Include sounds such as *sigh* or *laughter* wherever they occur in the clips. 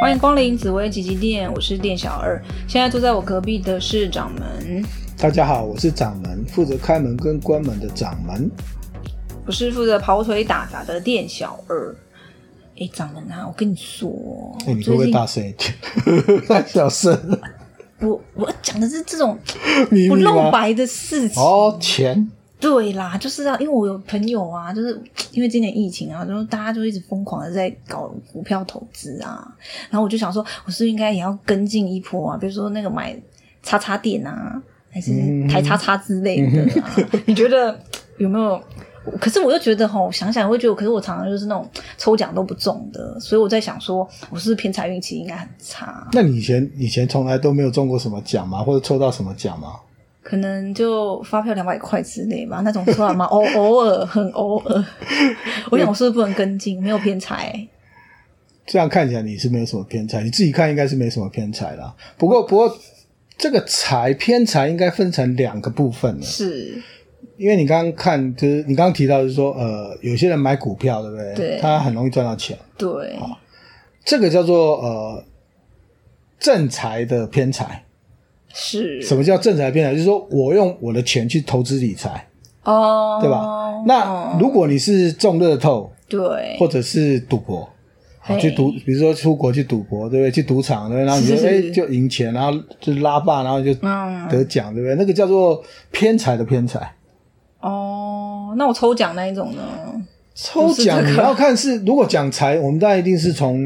欢迎光临紫薇吉吉店，我是店小二。现在坐在我隔壁的是掌门，大家好，我是掌门，负责开门跟关门的掌门。我是负责跑腿打杂的店小二。哎，掌门啊，我跟你说，哎、你会不最会近大声一点？ *laughs* 太小声了，我我讲的是这种秘不密露吗？白的事情。哦，钱对啦，就是啊，因为我有朋友啊，就是因为今年疫情啊，然后大家就一直疯狂的在搞股票投资啊，然后我就想说，我是不是应该也要跟进一波啊，比如说那个买叉叉店啊，还是台叉叉之类的、啊，你觉得有没有？可是我又觉得吼，想想会觉得，可是我常常就是那种抽奖都不中的，所以我在想说，我是不是偏财运气应该很差？那你以前以前从来都没有中过什么奖吗？或者抽到什么奖吗？可能就发票两百块之类吧，那种突 *laughs* 然嘛，偶偶尔很偶尔。我想我是不是不能跟进，没有偏财。这样看起来你是没有什么偏财，你自己看应该是没什么偏财啦。不过不过，这个财偏财应该分成两个部分呢，是，因为你刚刚看就是你刚刚提到就是说呃，有些人买股票对不对？对他很容易赚到钱，对，哦这个叫做呃正财的偏财。是什么叫正财偏财？就是说我用我的钱去投资理财，哦，哎对吧？那如果你是中乐透对或者是赌博，好嘿去赌，比如说出国去赌博，对不对？去赌场，对不对？然后你就是哎、哎是诶就赢钱，然后就拉霸，然后就嗯得奖，对不对？那个叫做偏财的偏财。哦，那我抽奖那一种呢？抽不奖是这个你要看是，如果讲财，我们当然一定是从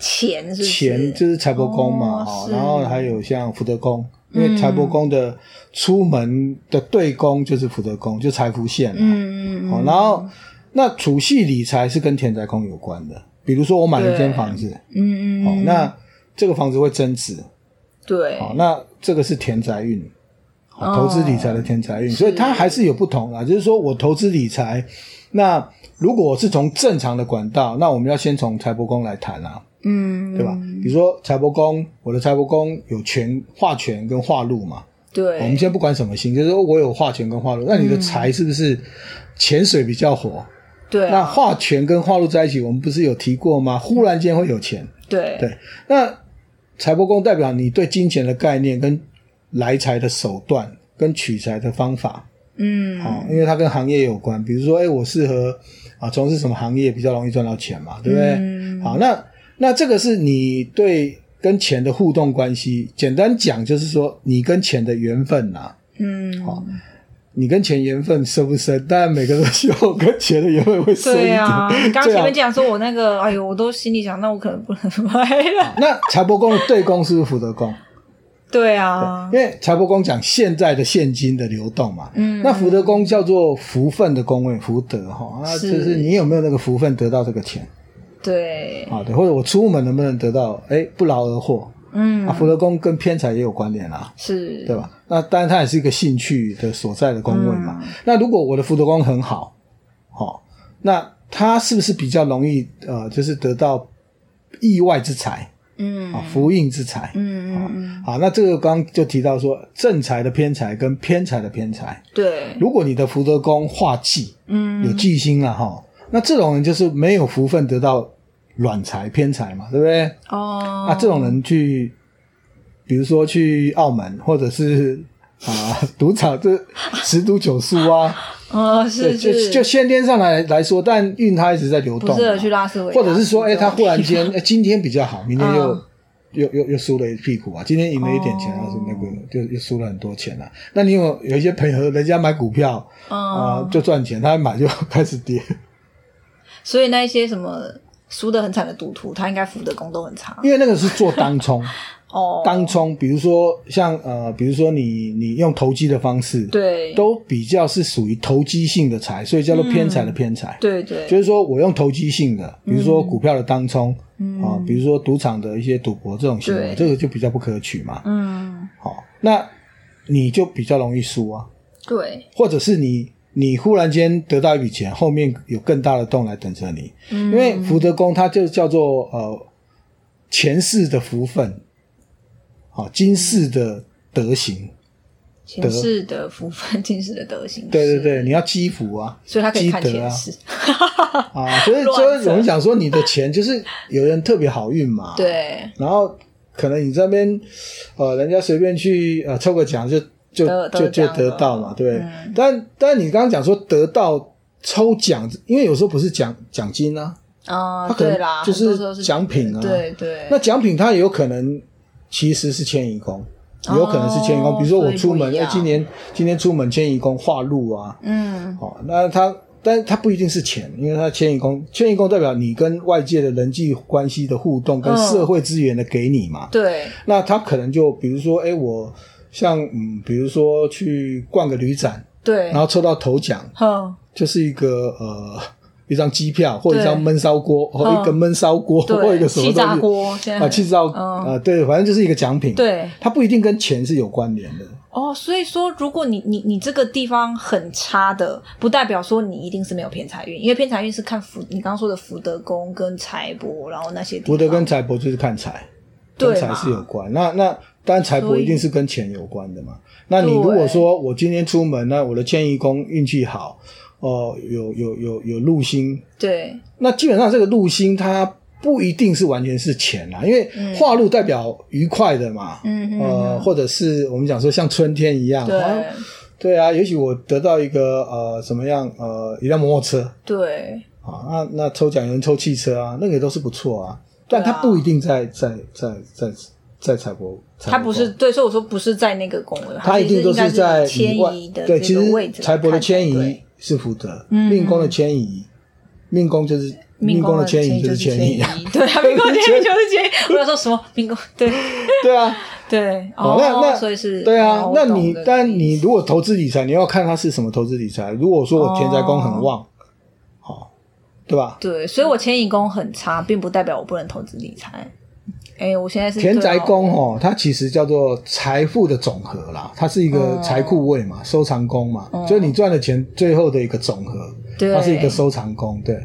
钱是不是钱就是财帛宫哦嘛，哦是嗯然后还有像福德宫，因为财帛宫的出门的对宫就是福德宫，就财福线嘛。嗯嗯哦，然后那储蓄理财是跟田宅宫有关的，比如说我买了一间房子，嗯嗯，哦，那这个房子会增值，对，哦，那这个是田宅运，哦哦投资理财的田宅运，所以它还是有不同啦。就是说我投资理财，那如果我是从正常的管道，那我们要先从财帛宫来谈啊，嗯，对吧？比如说财帛宫，我的财帛宫有权化权跟化禄嘛，对，嗯我们先不管什么星，就是说我有化权跟化禄，那你的财是不是潜水比较火？对那啊，嗯化权跟化禄在一起，我们不是有提过吗？忽然间会有钱，对对。那财帛宫代表你对金钱的概念、跟来财的手段、跟取财的方法，嗯，哦，因为它跟行业有关。比如说，哎，我适合啊从事什么行业比较容易赚到钱嘛，对不对？嗯好，那那这个是你对跟钱的互动关系。简单讲，就是说你跟钱的缘分呐、嗯，好你跟钱缘分深不深？当然，每个人都希望跟钱的缘分会深一对点。啊，你刚刚对啊前面讲说我那个，哎呦，我都心里想，那我可能不能买 *laughs* 了。那财帛宫的对宫是不是福德宫？对啊，因为财帛宫讲现在的现金的流动嘛，嗯那福德宫叫做福分的宫位，福德哈，那是就是你有没有那个福分得到这个钱对，啊？对，或者我出门能不能得到？哎，不劳而获嗯啊？，福德宫跟偏财也有关联啦、是，对吧？那当然它也是一个兴趣的所在的宫位嘛。嗯那如果我的福德宫很好，哦，那它是不是比较容易呃，就是得到意外之财嗯啊，福运之财？嗯嗯嗯，好，啊那这个刚刚就提到说，正财的偏财跟偏财的偏财，对，如果你的福德宫化忌，嗯有忌星了哈，那这种人就是没有福分得到卵财偏财嘛，对不对？哦，那这种人去，比如说去澳门或者是啊赌场，这十赌九输啊，呃对， *laughs* 是，就是就先天上来来说，但运它一直在流动不嘛，适合去拉斯维加斯，或者是说，哎、他忽 *laughs* 然间，哎、今天比较好，明天又、嗯又又又输了一屁股啊，今天赢了一点钱，哦然后是那个就又输了很多钱啊。那你有有一些朋友，人家买股票啊、嗯，就赚钱，他买就开始跌， *laughs* 所以那一些什么输的很惨的赌徒，他应该福德功都很差因为那个是做当冲， *laughs* 哦，当冲，比如说像呃，比如说你你用投机的方式，，对，都比较是属于投机性的财，所以叫做偏财的偏财。对对，就是说我用投机性的，嗯比如说股票的当冲、啊，比如说赌场的一些赌博这种行对为，这个就比较不可取嘛。嗯，好、那你就比较容易输啊，对，或者是你你忽然间得到一笔钱，后面有更大的洞来等着你，嗯因为福德宫它就叫做呃前世的福分，好、今世的德行，前世的福分，今世的德行。对对，对，你要积福啊，所以他可以看积德啊前世。啊，所以乱所以扯我们讲说，你的钱就是有人特别好运嘛，， *laughs* *laughs* 对，然后可能你这边呃，人家随便去呃抽个奖就就得得就就奖得了到嘛，对，嗯但但你刚刚讲说得到抽奖，因为有时候不是奖奖金啊，啊他，可对啦，能很就多时候是是奖品啊，对对，那奖品它也有可能其实是迁移宫，哦也有可能是迁移宫。比如说我出所以门，不一样哎今年今年出门迁移宫化禄啊，嗯哦，那它但它不一定是钱，因为它迁移宫，迁移宫代表你跟外界的人际关系的互动，跟嗯社会资源的给你嘛。对，那它可能就比如说，哎，我像嗯，比如说去逛个旅展，对，然后抽到头奖，哼，就是一个呃。一张机票，或一张对焖烧锅，或一个嗯焖烧锅，或对，一个什么气东炸西锅现在啊，很气炸嗯啊，对，反正就是一个奖品，，对它不一定跟钱是有关联的，哦，所以说，如果你你你这个地方很差的，不代表说你一定是没有偏财运，因为偏财运是看福，你刚刚说的福德宫跟财帛，然后那些地福方德跟财帛就是看财，跟对财嘛是有关。那那当然财帛所以一定是跟钱有关的嘛。那你如果说我今天出门，那我的迁移宫运气好，哦、有有有有禄星，对那基本上这个禄星它不一定是完全是钱啦，因为化禄代表愉快的嘛，嗯嗯呃，或者是我们讲说像春天一样，啊对对啊，也许我得到一个呃怎么样呃一辆摩托车。对啊，那那抽奖有人抽汽车啊，那个也都是不错啊，但对啊他不一定在在在在在财帛，财帛它不是宫，对，所以我说不是在那个宫位，他一定都是应该在是迁你外移的对，这其个实位置财帛的迁来看移对是福德，嗯命宫的迁移，命宫就是命宫宫的的迁移就是迁迁移啊，对 *laughs* 啊，命宫的迁移就是迁移。我要说什么？命宫对对啊，对哦，那那所以是对啊哦，那我懂你这个但意你思如果投资理财，你要看它是什么投资理财。如果说我钱财宫很旺，哦好，对吧？对，所以我迁移宫很差，并不代表我不能投资理财。哎，我现在是田宅宫哦，哦，它其实叫做财富的总和啦，它是一个哦财库位嘛，收藏宫嘛，就是你赚的钱最后的一个总和，对它是一个收藏宫。对，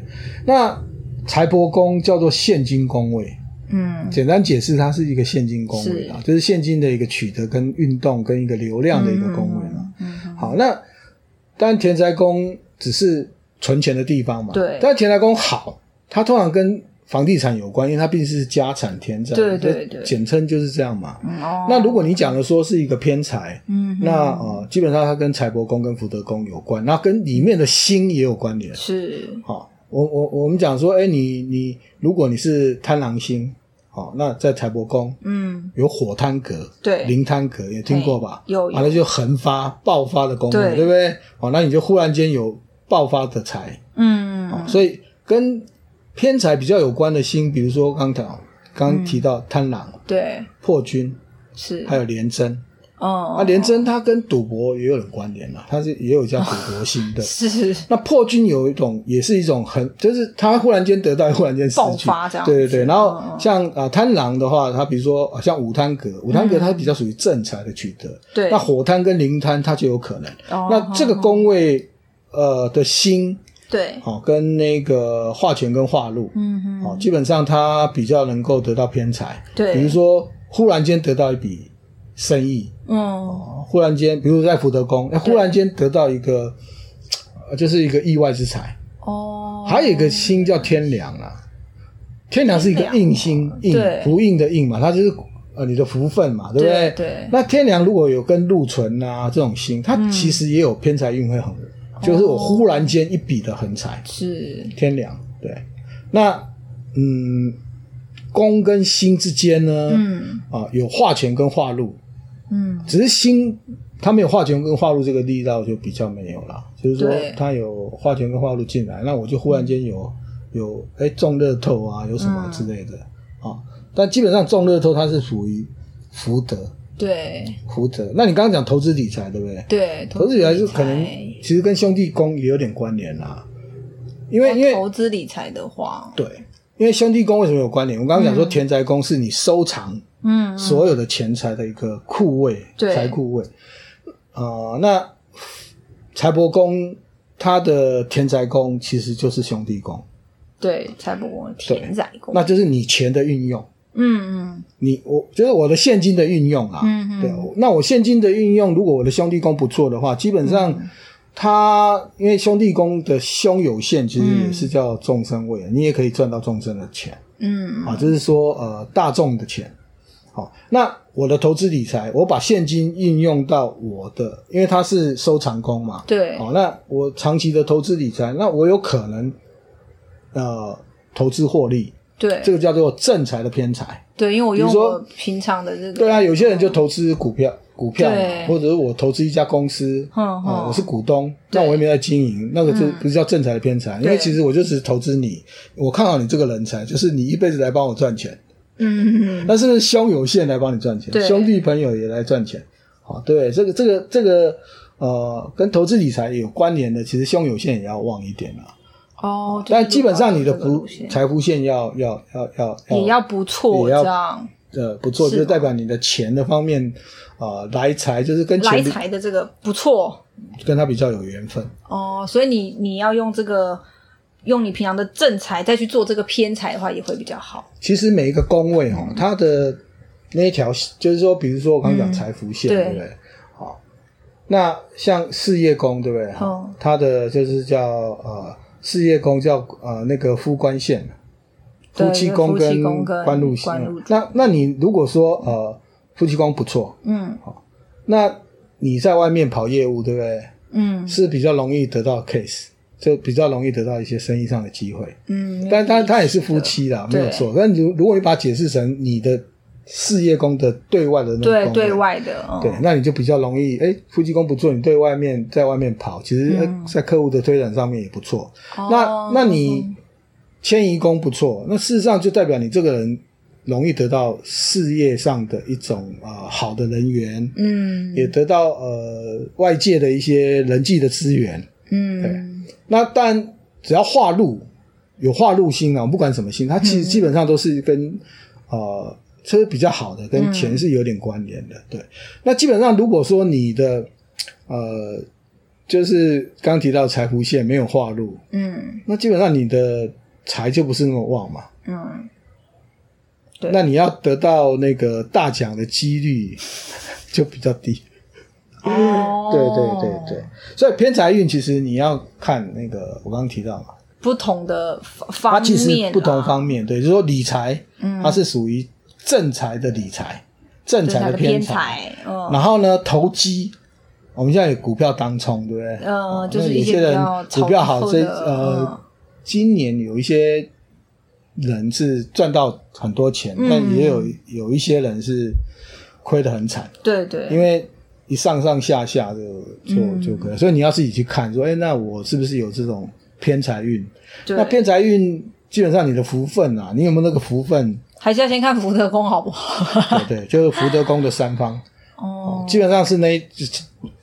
那财帛宫叫做现金宫位，嗯，简单解释，它是一个现金宫位啦，就是现金的一个取得跟运动跟一个流量的一个宫位啦。嗯哼好，那当然田宅宫只是存钱的地方嘛，对但田宅宫好，它通常跟房地产有关，因为它毕竟是家产田宅，对对就对简称就是这样嘛。嗯哦，那如果你讲的说是一个偏财，嗯哼那呃，基本上它跟财帛宫跟福德宫有关，那跟里面的星也有关联。是好、我我我们讲说，哎，你你如果你是贪狼星，好、那在财帛宫嗯有火贪格，对零贪格也听过吧？嘿有完了就横发爆发的功能，对对不对？哦，那你就忽然间有爆发的财，嗯所以跟偏财比较有关的星，比如说刚才刚提到贪狼、对破军，是还有廉贞。嗯哦啊，廉贞它跟赌博也有点关联啦，它是也有叫赌博星的。是那破军有一种，也是一种很，就是他忽然间得到，忽然间失爆去，发这样子对对对。然后嗯嗯像啊、呃贪狼的话，它比如说呃像五贪格，五贪格它比较属于正财的取得，嗯对那火贪跟灵贪它就有可能。哦那这个宫位呃的星，对哦，跟那个化权跟化禄，嗯哼哦，基本上它比较能够得到偏财，对比如说忽然间得到一笔生意，嗯忽然间，比如在福德宫，哎，忽然间得到一个，呃就是一个意外之财。哦还有一个星叫天良啊，天良是一个印星，印对福印的印嘛，它就是呃你的福分嘛，对不对对？对嗯那天良如果有跟禄存啊这种星，它其实也有偏财运会很，哦就是我忽然间一笔的横财，是天良对。那嗯，宫跟星之间呢，嗯啊、有化权跟化禄，嗯只是星它没有化权跟化禄这个力道就比较没有啦，就是说对它有化权跟化禄进来，那我就忽然间有有哎中乐透啊，有什么之类的啊、但基本上中乐透它是属于福德，对福德。那你刚刚讲投资理财对不对？对投资理财就可能理其实跟兄弟宫也有点关联啦，因财为因为哦投资理财的话对，因为兄弟宫为什么有关联？我刚刚讲说田宅宫是你收藏嗯所有的钱财的一个库位，对财库位。啊、那财帛宫它的田宅宫其实就是兄弟宫，对财帛宫田宅宫那就是你钱的运用。嗯你我觉得我的现金的运用啊，嗯嗯对，那我现金的运用，如果我的兄弟宫不错的话，基本上嗯他、因为兄弟宫的凶有限，其实也是叫众生位，啊你也可以赚到众生的钱嗯啊，就是说呃大众的钱。好、那我的投资理财，我把现金运用到我的，因为它是收藏宫嘛，对好、那我长期的投资理财，那我有可能呃投资获利，对这个叫做正财的偏财。对，因为我比如用说我平常的这个，对啊，有些人就投资股票，股票嘛对或者是我投资一家公司，嗯哦嗯我是股东，对那我也没在经营，那个就嗯不是叫正财的偏财，因对为其实我就只是投资你，我看好你这个人才，就是你一辈子来帮我赚钱，嗯，嗯嗯但是兄有限来帮你赚钱对，兄弟朋友也来赚钱，好，对，这个这个这个呃，跟投资理财有关联的，其实兄有限也要旺一点啊，哦，就是但基本上你的这个路福线财富线要要要要也要不错，也要这样呃不错，是哦就是吗代表你的钱的方面，啊来财就是跟来钱比财的这个不错跟他比较有缘分。哦，所以你你要用这个。用你平常的正财再去做这个偏财的话，也会比较好。其实每一个宫位哦，它的那一条就是说，比如说我刚刚嗯讲财福线，对对不对？好，那像事业宫，对不对？哦它的就是叫呃事业宫叫呃那个夫官线，对夫妻宫夫跟妻宫跟官禄线官禄。那那你如果说呃夫妻宫不错，嗯那你在外面跑业务，对不对？嗯是比较容易得到 case，就比较容易得到一些生意上的机会。嗯，但他他也是夫妻啦，没对有错。但如如果你把它解释成你的事业宫的对外的那个对宫位对，外的，嗯对，那你就比较容易。哎，夫妻宫不错，你对外面在外面跑，其实、嗯呃在客户的推展上面也不错。哦嗯那那你迁移宫不错，那事实上就代表你这个人容易得到事业上的一种啊、呃好的人缘，嗯也得到呃外界的一些人际的资源。嗯那但只要化禄有化禄星啊，不管什么星，它其嗯实基本上都是跟、呃，这是比较好的，跟钱是有点关联的。对，那基本上如果说你的呃，就是刚提到财福线没有化禄，嗯那基本上你的财就不是那么旺嘛。嗯，对那你要得到那个大奖的 *laughs* 几率就比较低。哦，对对对对，，所以偏财运其实你要看那个我刚刚提到嘛，不同的方它方其实面啊，不同方面，对，就是说理财，嗯它是属于正财的理财，正对财它的偏财。财，嗯然后呢，投机，我们现在有股票当冲，对不对？嗯，哦就那是有一些些比人较股票炒好，作这的嗯呃，今年有一些人是赚到很多钱，嗯但也有有一些人是亏得很惨，嗯对对，因为。一上上下下就就嗯就可以，所以你要自己去看，说，哎、那我是不是有这种偏财运？对那偏财运基本上你的福分啊，你有没有那个 *laughs* 福分？还是要先看福德宫好不好？对对，就是福德宫的三方，哦，基本上是那一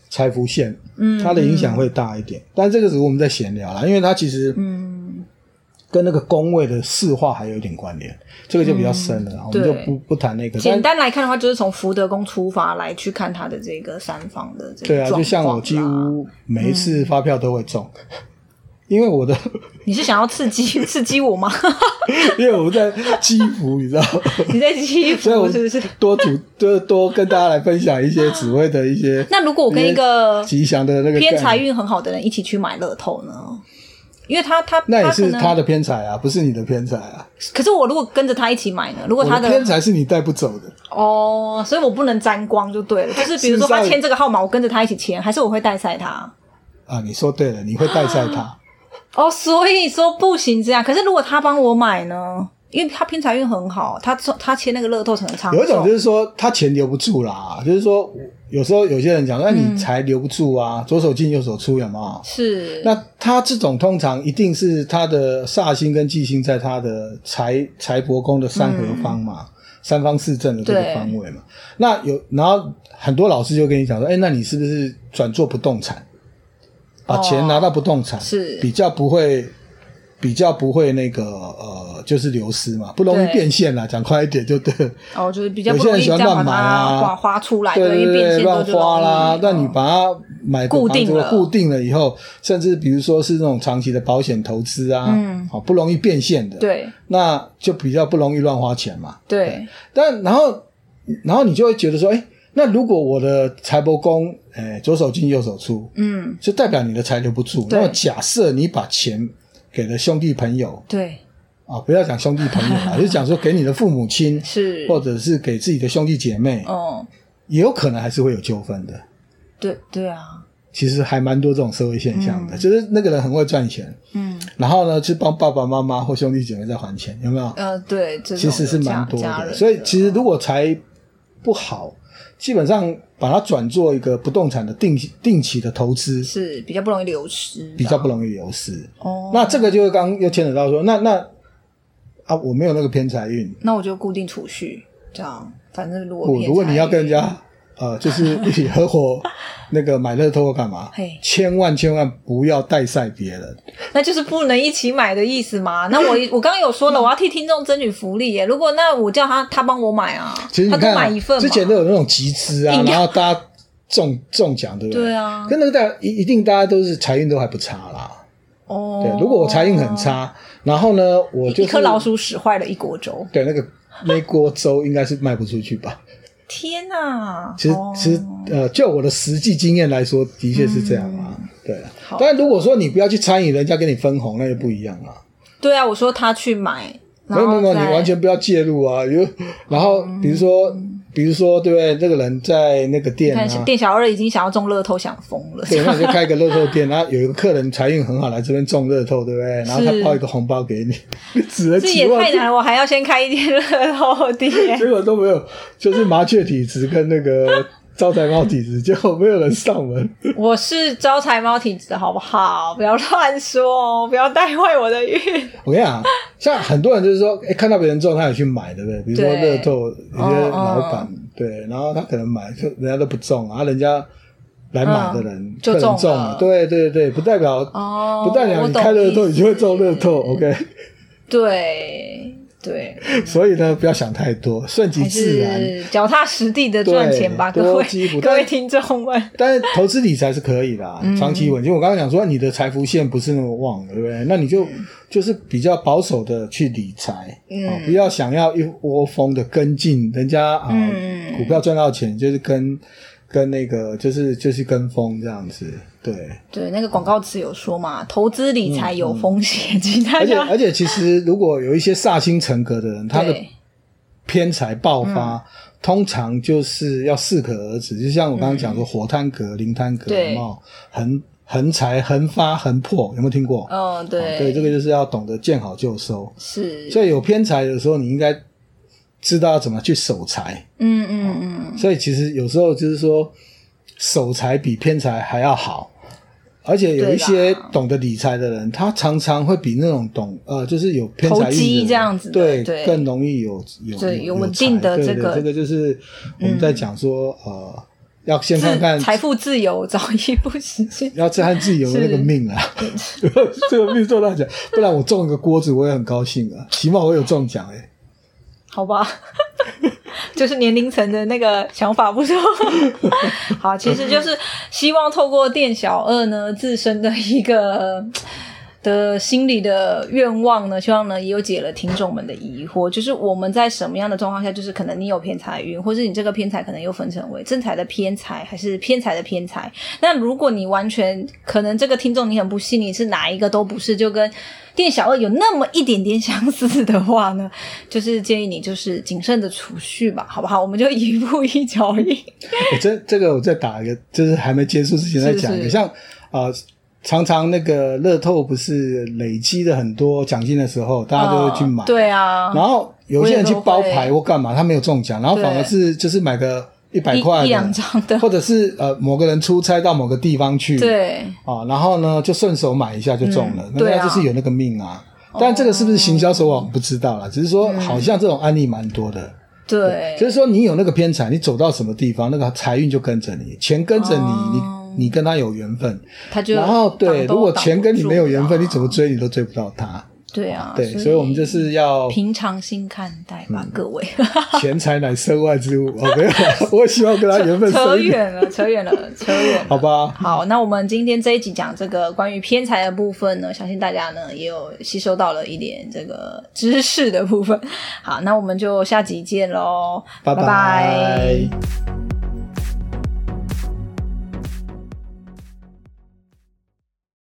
财福线，嗯它的影响会大一点。但这个只是我们在闲聊啦，因为它其实嗯跟那个宫位的四化还有一点关联，这个就比较深了，我们就嗯对不不谈那个。简但单来看的话，就是从福德宫出发来去看它的这个三方的这个对啊，就像状我况几啦嗯乎每一次发票都会中， *laughs* 因为我的， *laughs* 你是想要刺激刺激我吗？ *laughs* 因为我在积福，你知道吗。你在欺负所以我我是不 *laughs* 是？多组多多跟大家来分享一些紫薇的一些 *laughs* 那如果我跟一个吉祥的那个偏财概念，运很好的人一起去买乐透呢？因为他他那也可是能他的偏财啊，不是你的偏财啊。可是我如果跟着他一起买呢？如果我他的偏财是你带不走的，哦，所以我不能沾光就对了。就是比如说事实上他签这个号码，我跟着他一起签，还是我会带赛他？啊，你说对了，你会带晒他。哦，所以说不行这样。可是如果他帮我买呢？因为他偏财运很好，他中他签那个乐透可能长有一种寿就是说他钱留不住啦，就是说有时候有些人讲，那嗯你财留不住啊，左手进右手出，有没有？是那他这种通常一定是他的煞星跟忌星在他的财财帛宫的三合方嘛，三方四正的这个嗯对方位嘛。那有，然后很多老师就跟你讲说，哎，那你是不是转做不动产，把哦钱拿到不动产，是比较不会。比较不会那个呃，就是流失嘛，不容易对变现啦。讲快一点就对了，哦，就是比较有不些容人易这喜欢样把乱买它啊，花花出来，对因为变现之后乱就花容易啦。那你嗯把它买个固房子定了固定了以后，甚至比如说是那种长期的保险投资啊，嗯好不容易变现的，，对那就比较不容易乱花钱嘛。对，但然后，然后你就会觉得说，哎，那如果我的财帛宫，哎，左手进右手出，嗯，就代表你的财留不住。对那么假设你把钱给了兄弟朋友对啊，不要讲兄弟朋友 *laughs* 啦，就讲说给你的父母亲，是或者是给自己的兄弟姐妹，哦，也有可能还是会有纠纷的。对对啊，其实还蛮多这种社会现象的，就是那个人很会赚钱，嗯然后呢，去帮爸爸妈妈或兄弟姐妹在还钱，有没有？呃，对，这其种实是有蛮家多家人的。所以其实如果财不好，基本上把它转做一个不动产的定定期的投资，是比较不容易流失，比较不容易流失。哦。那这个就是刚刚又牵扯到说，那那啊，我没有那个偏财运，那我就固定储蓄，这样反正如果我偏如果财你要运跟人家呃，就是一起 *laughs* 合伙那个买乐透或干嘛嘿，千万千万不要带晒别人。那就是不能一起买的意思 *laughs* 嘛。那我我刚刚有说了，我要替听众争取福利耶。如果那我叫他他帮我买啊，其实他你多看、买一份嘛。之前都有那种集资啊，硬要然后大家中 *laughs* 中奖，对不对？对啊跟那个大家一一定大家都是财运都还不差啦。哦，对，如果我财运很，差，然后呢，我就是一颗老鼠屎坏了一锅粥。对那个那锅粥应该是卖不出去吧？天哪！其实、哦其实呃，就我的实际经验来说，的确是这样啊。对啊嗯好，但如果说你不要去参与人家给你分红，那就不一样了。对啊，我说他去买，没然有没后有，没有再你完全不要介入啊。有，然后比如说，比如说，对不对？那个人在那个嗯你店啊，看店小二已经想要中乐透想疯了， *laughs* 对，那你就开一个乐透店，然后有一个客人财运很好，来这边中乐透，对不对？然后他是包一个红包给你，你 *laughs* 指了这几也万太，难了，我还要先开一间乐透店结。果都没有，就是麻雀体质跟那个招财猫体质，结果没有人上门。 *laughs* 我是招财猫体质，好不好？不要乱说哦，不要带坏我的运。我跟你讲，像很多人就是说，哎，看到别人中，他也去买，对不对？比如说对乐透，有些哦老板对，然后他可能买，就人家都不中，然后人家来买的人嗯客就人中中了了，对对对，不代表哦不代表我你懂开乐透意你思就会中乐透，OK。对对，所以呢，不要想太多，顺其还自然。是脚踏实地的赚钱吧，对各多基础位各位但听众们。但是投资理财是可以的嗯啊，长期稳定。我刚刚讲说，你的财富线不是那么旺，对不对？那你就就是比较保守的去理财，嗯哦不要想要一窝蜂的跟进人家啊、嗯股票赚到钱就是跟跟那个就是就是跟风这样子，对。对，那个广告词有说嘛，投资理财有风险，请大而且家而且，其实如果有一些煞星成格的人，他的对偏财爆发，嗯通常就是要适可而止。就像我刚刚讲说，火贪格、灵贪格，对有没有横横财、横发、横破，有没有听过？嗯对啊对，这个就是要懂得见好就收。是所以有偏财的时候，你应该知道要怎么去守财。嗯嗯嗯，所以其实有时候就是说，守财比偏财还要好。而且有一些对啦懂得理财的人，他常常会比那种懂呃，就是有偏财投运机的人这样子的对，对更容易有有对有稳财定的对这对个嗯这个就是我们在讲说、呃，要先看看自财富自由早已不实现。要再看自己有没有那个命啊，嗯 *laughs* 这个命做到奖，不然我中一个锅子我也很高兴啊，起码我有中奖哎、好吧， *laughs* 就是年龄层的那个想法不同。 *laughs* 好，其实就是希望透过店小二呢自身的一个。呃的心里的愿望呢，希望呢也有解了听众们的疑惑，就是我们在什么样的状况下，就是可能你有偏财运，或是你这个偏财可能又分成为正财的偏财，还是偏财的偏财。那如果你完全可能这个听众你很不幸你是哪一个都不是，就跟店小二有那么一点 *laughs* 点相似的话呢，就是建议你就是谨慎的储蓄吧，好不好？我们就 *laughs* 一步一脚印。 *laughs* 我这这个我再打一个，就是还没结束之前再讲一是个，是像啊、呃常常那个乐透不是累积的很多奖金的时候，大家都会去买，嗯对啊，然后有些人去包我也都牌会或干嘛，他没有中奖，然后反而是就是买个一百一块的一两张的，或者是呃某个人出差到某个地方去，对，啊，然后呢就顺手买一下就中了，嗯那对他啊哦就是有那个命啊。但这个是不是行销手法我不知道啦，只是说嗯好像这种案例蛮多的。对，就是说你有那个偏财，你走到什么地方，那个财运就跟着你，钱跟着你，哦你你跟他有缘分。他就然后对，挡都如果挡钱不跟你没有住缘分，啦你怎么追你都追不到他。对啊，对，所以我们就是要嗯平常心看待吧，各 *laughs* 位。钱财乃身外之物。哦，没有，我希望跟他缘分 *laughs* 扯深一点，远了，扯远了，扯远了。好吧？好，那我们今天这一集讲这个关于偏财的部分呢，相信大家呢也有吸收到了一点这个知识的部分。好，那我们就下集见喽，拜拜拜拜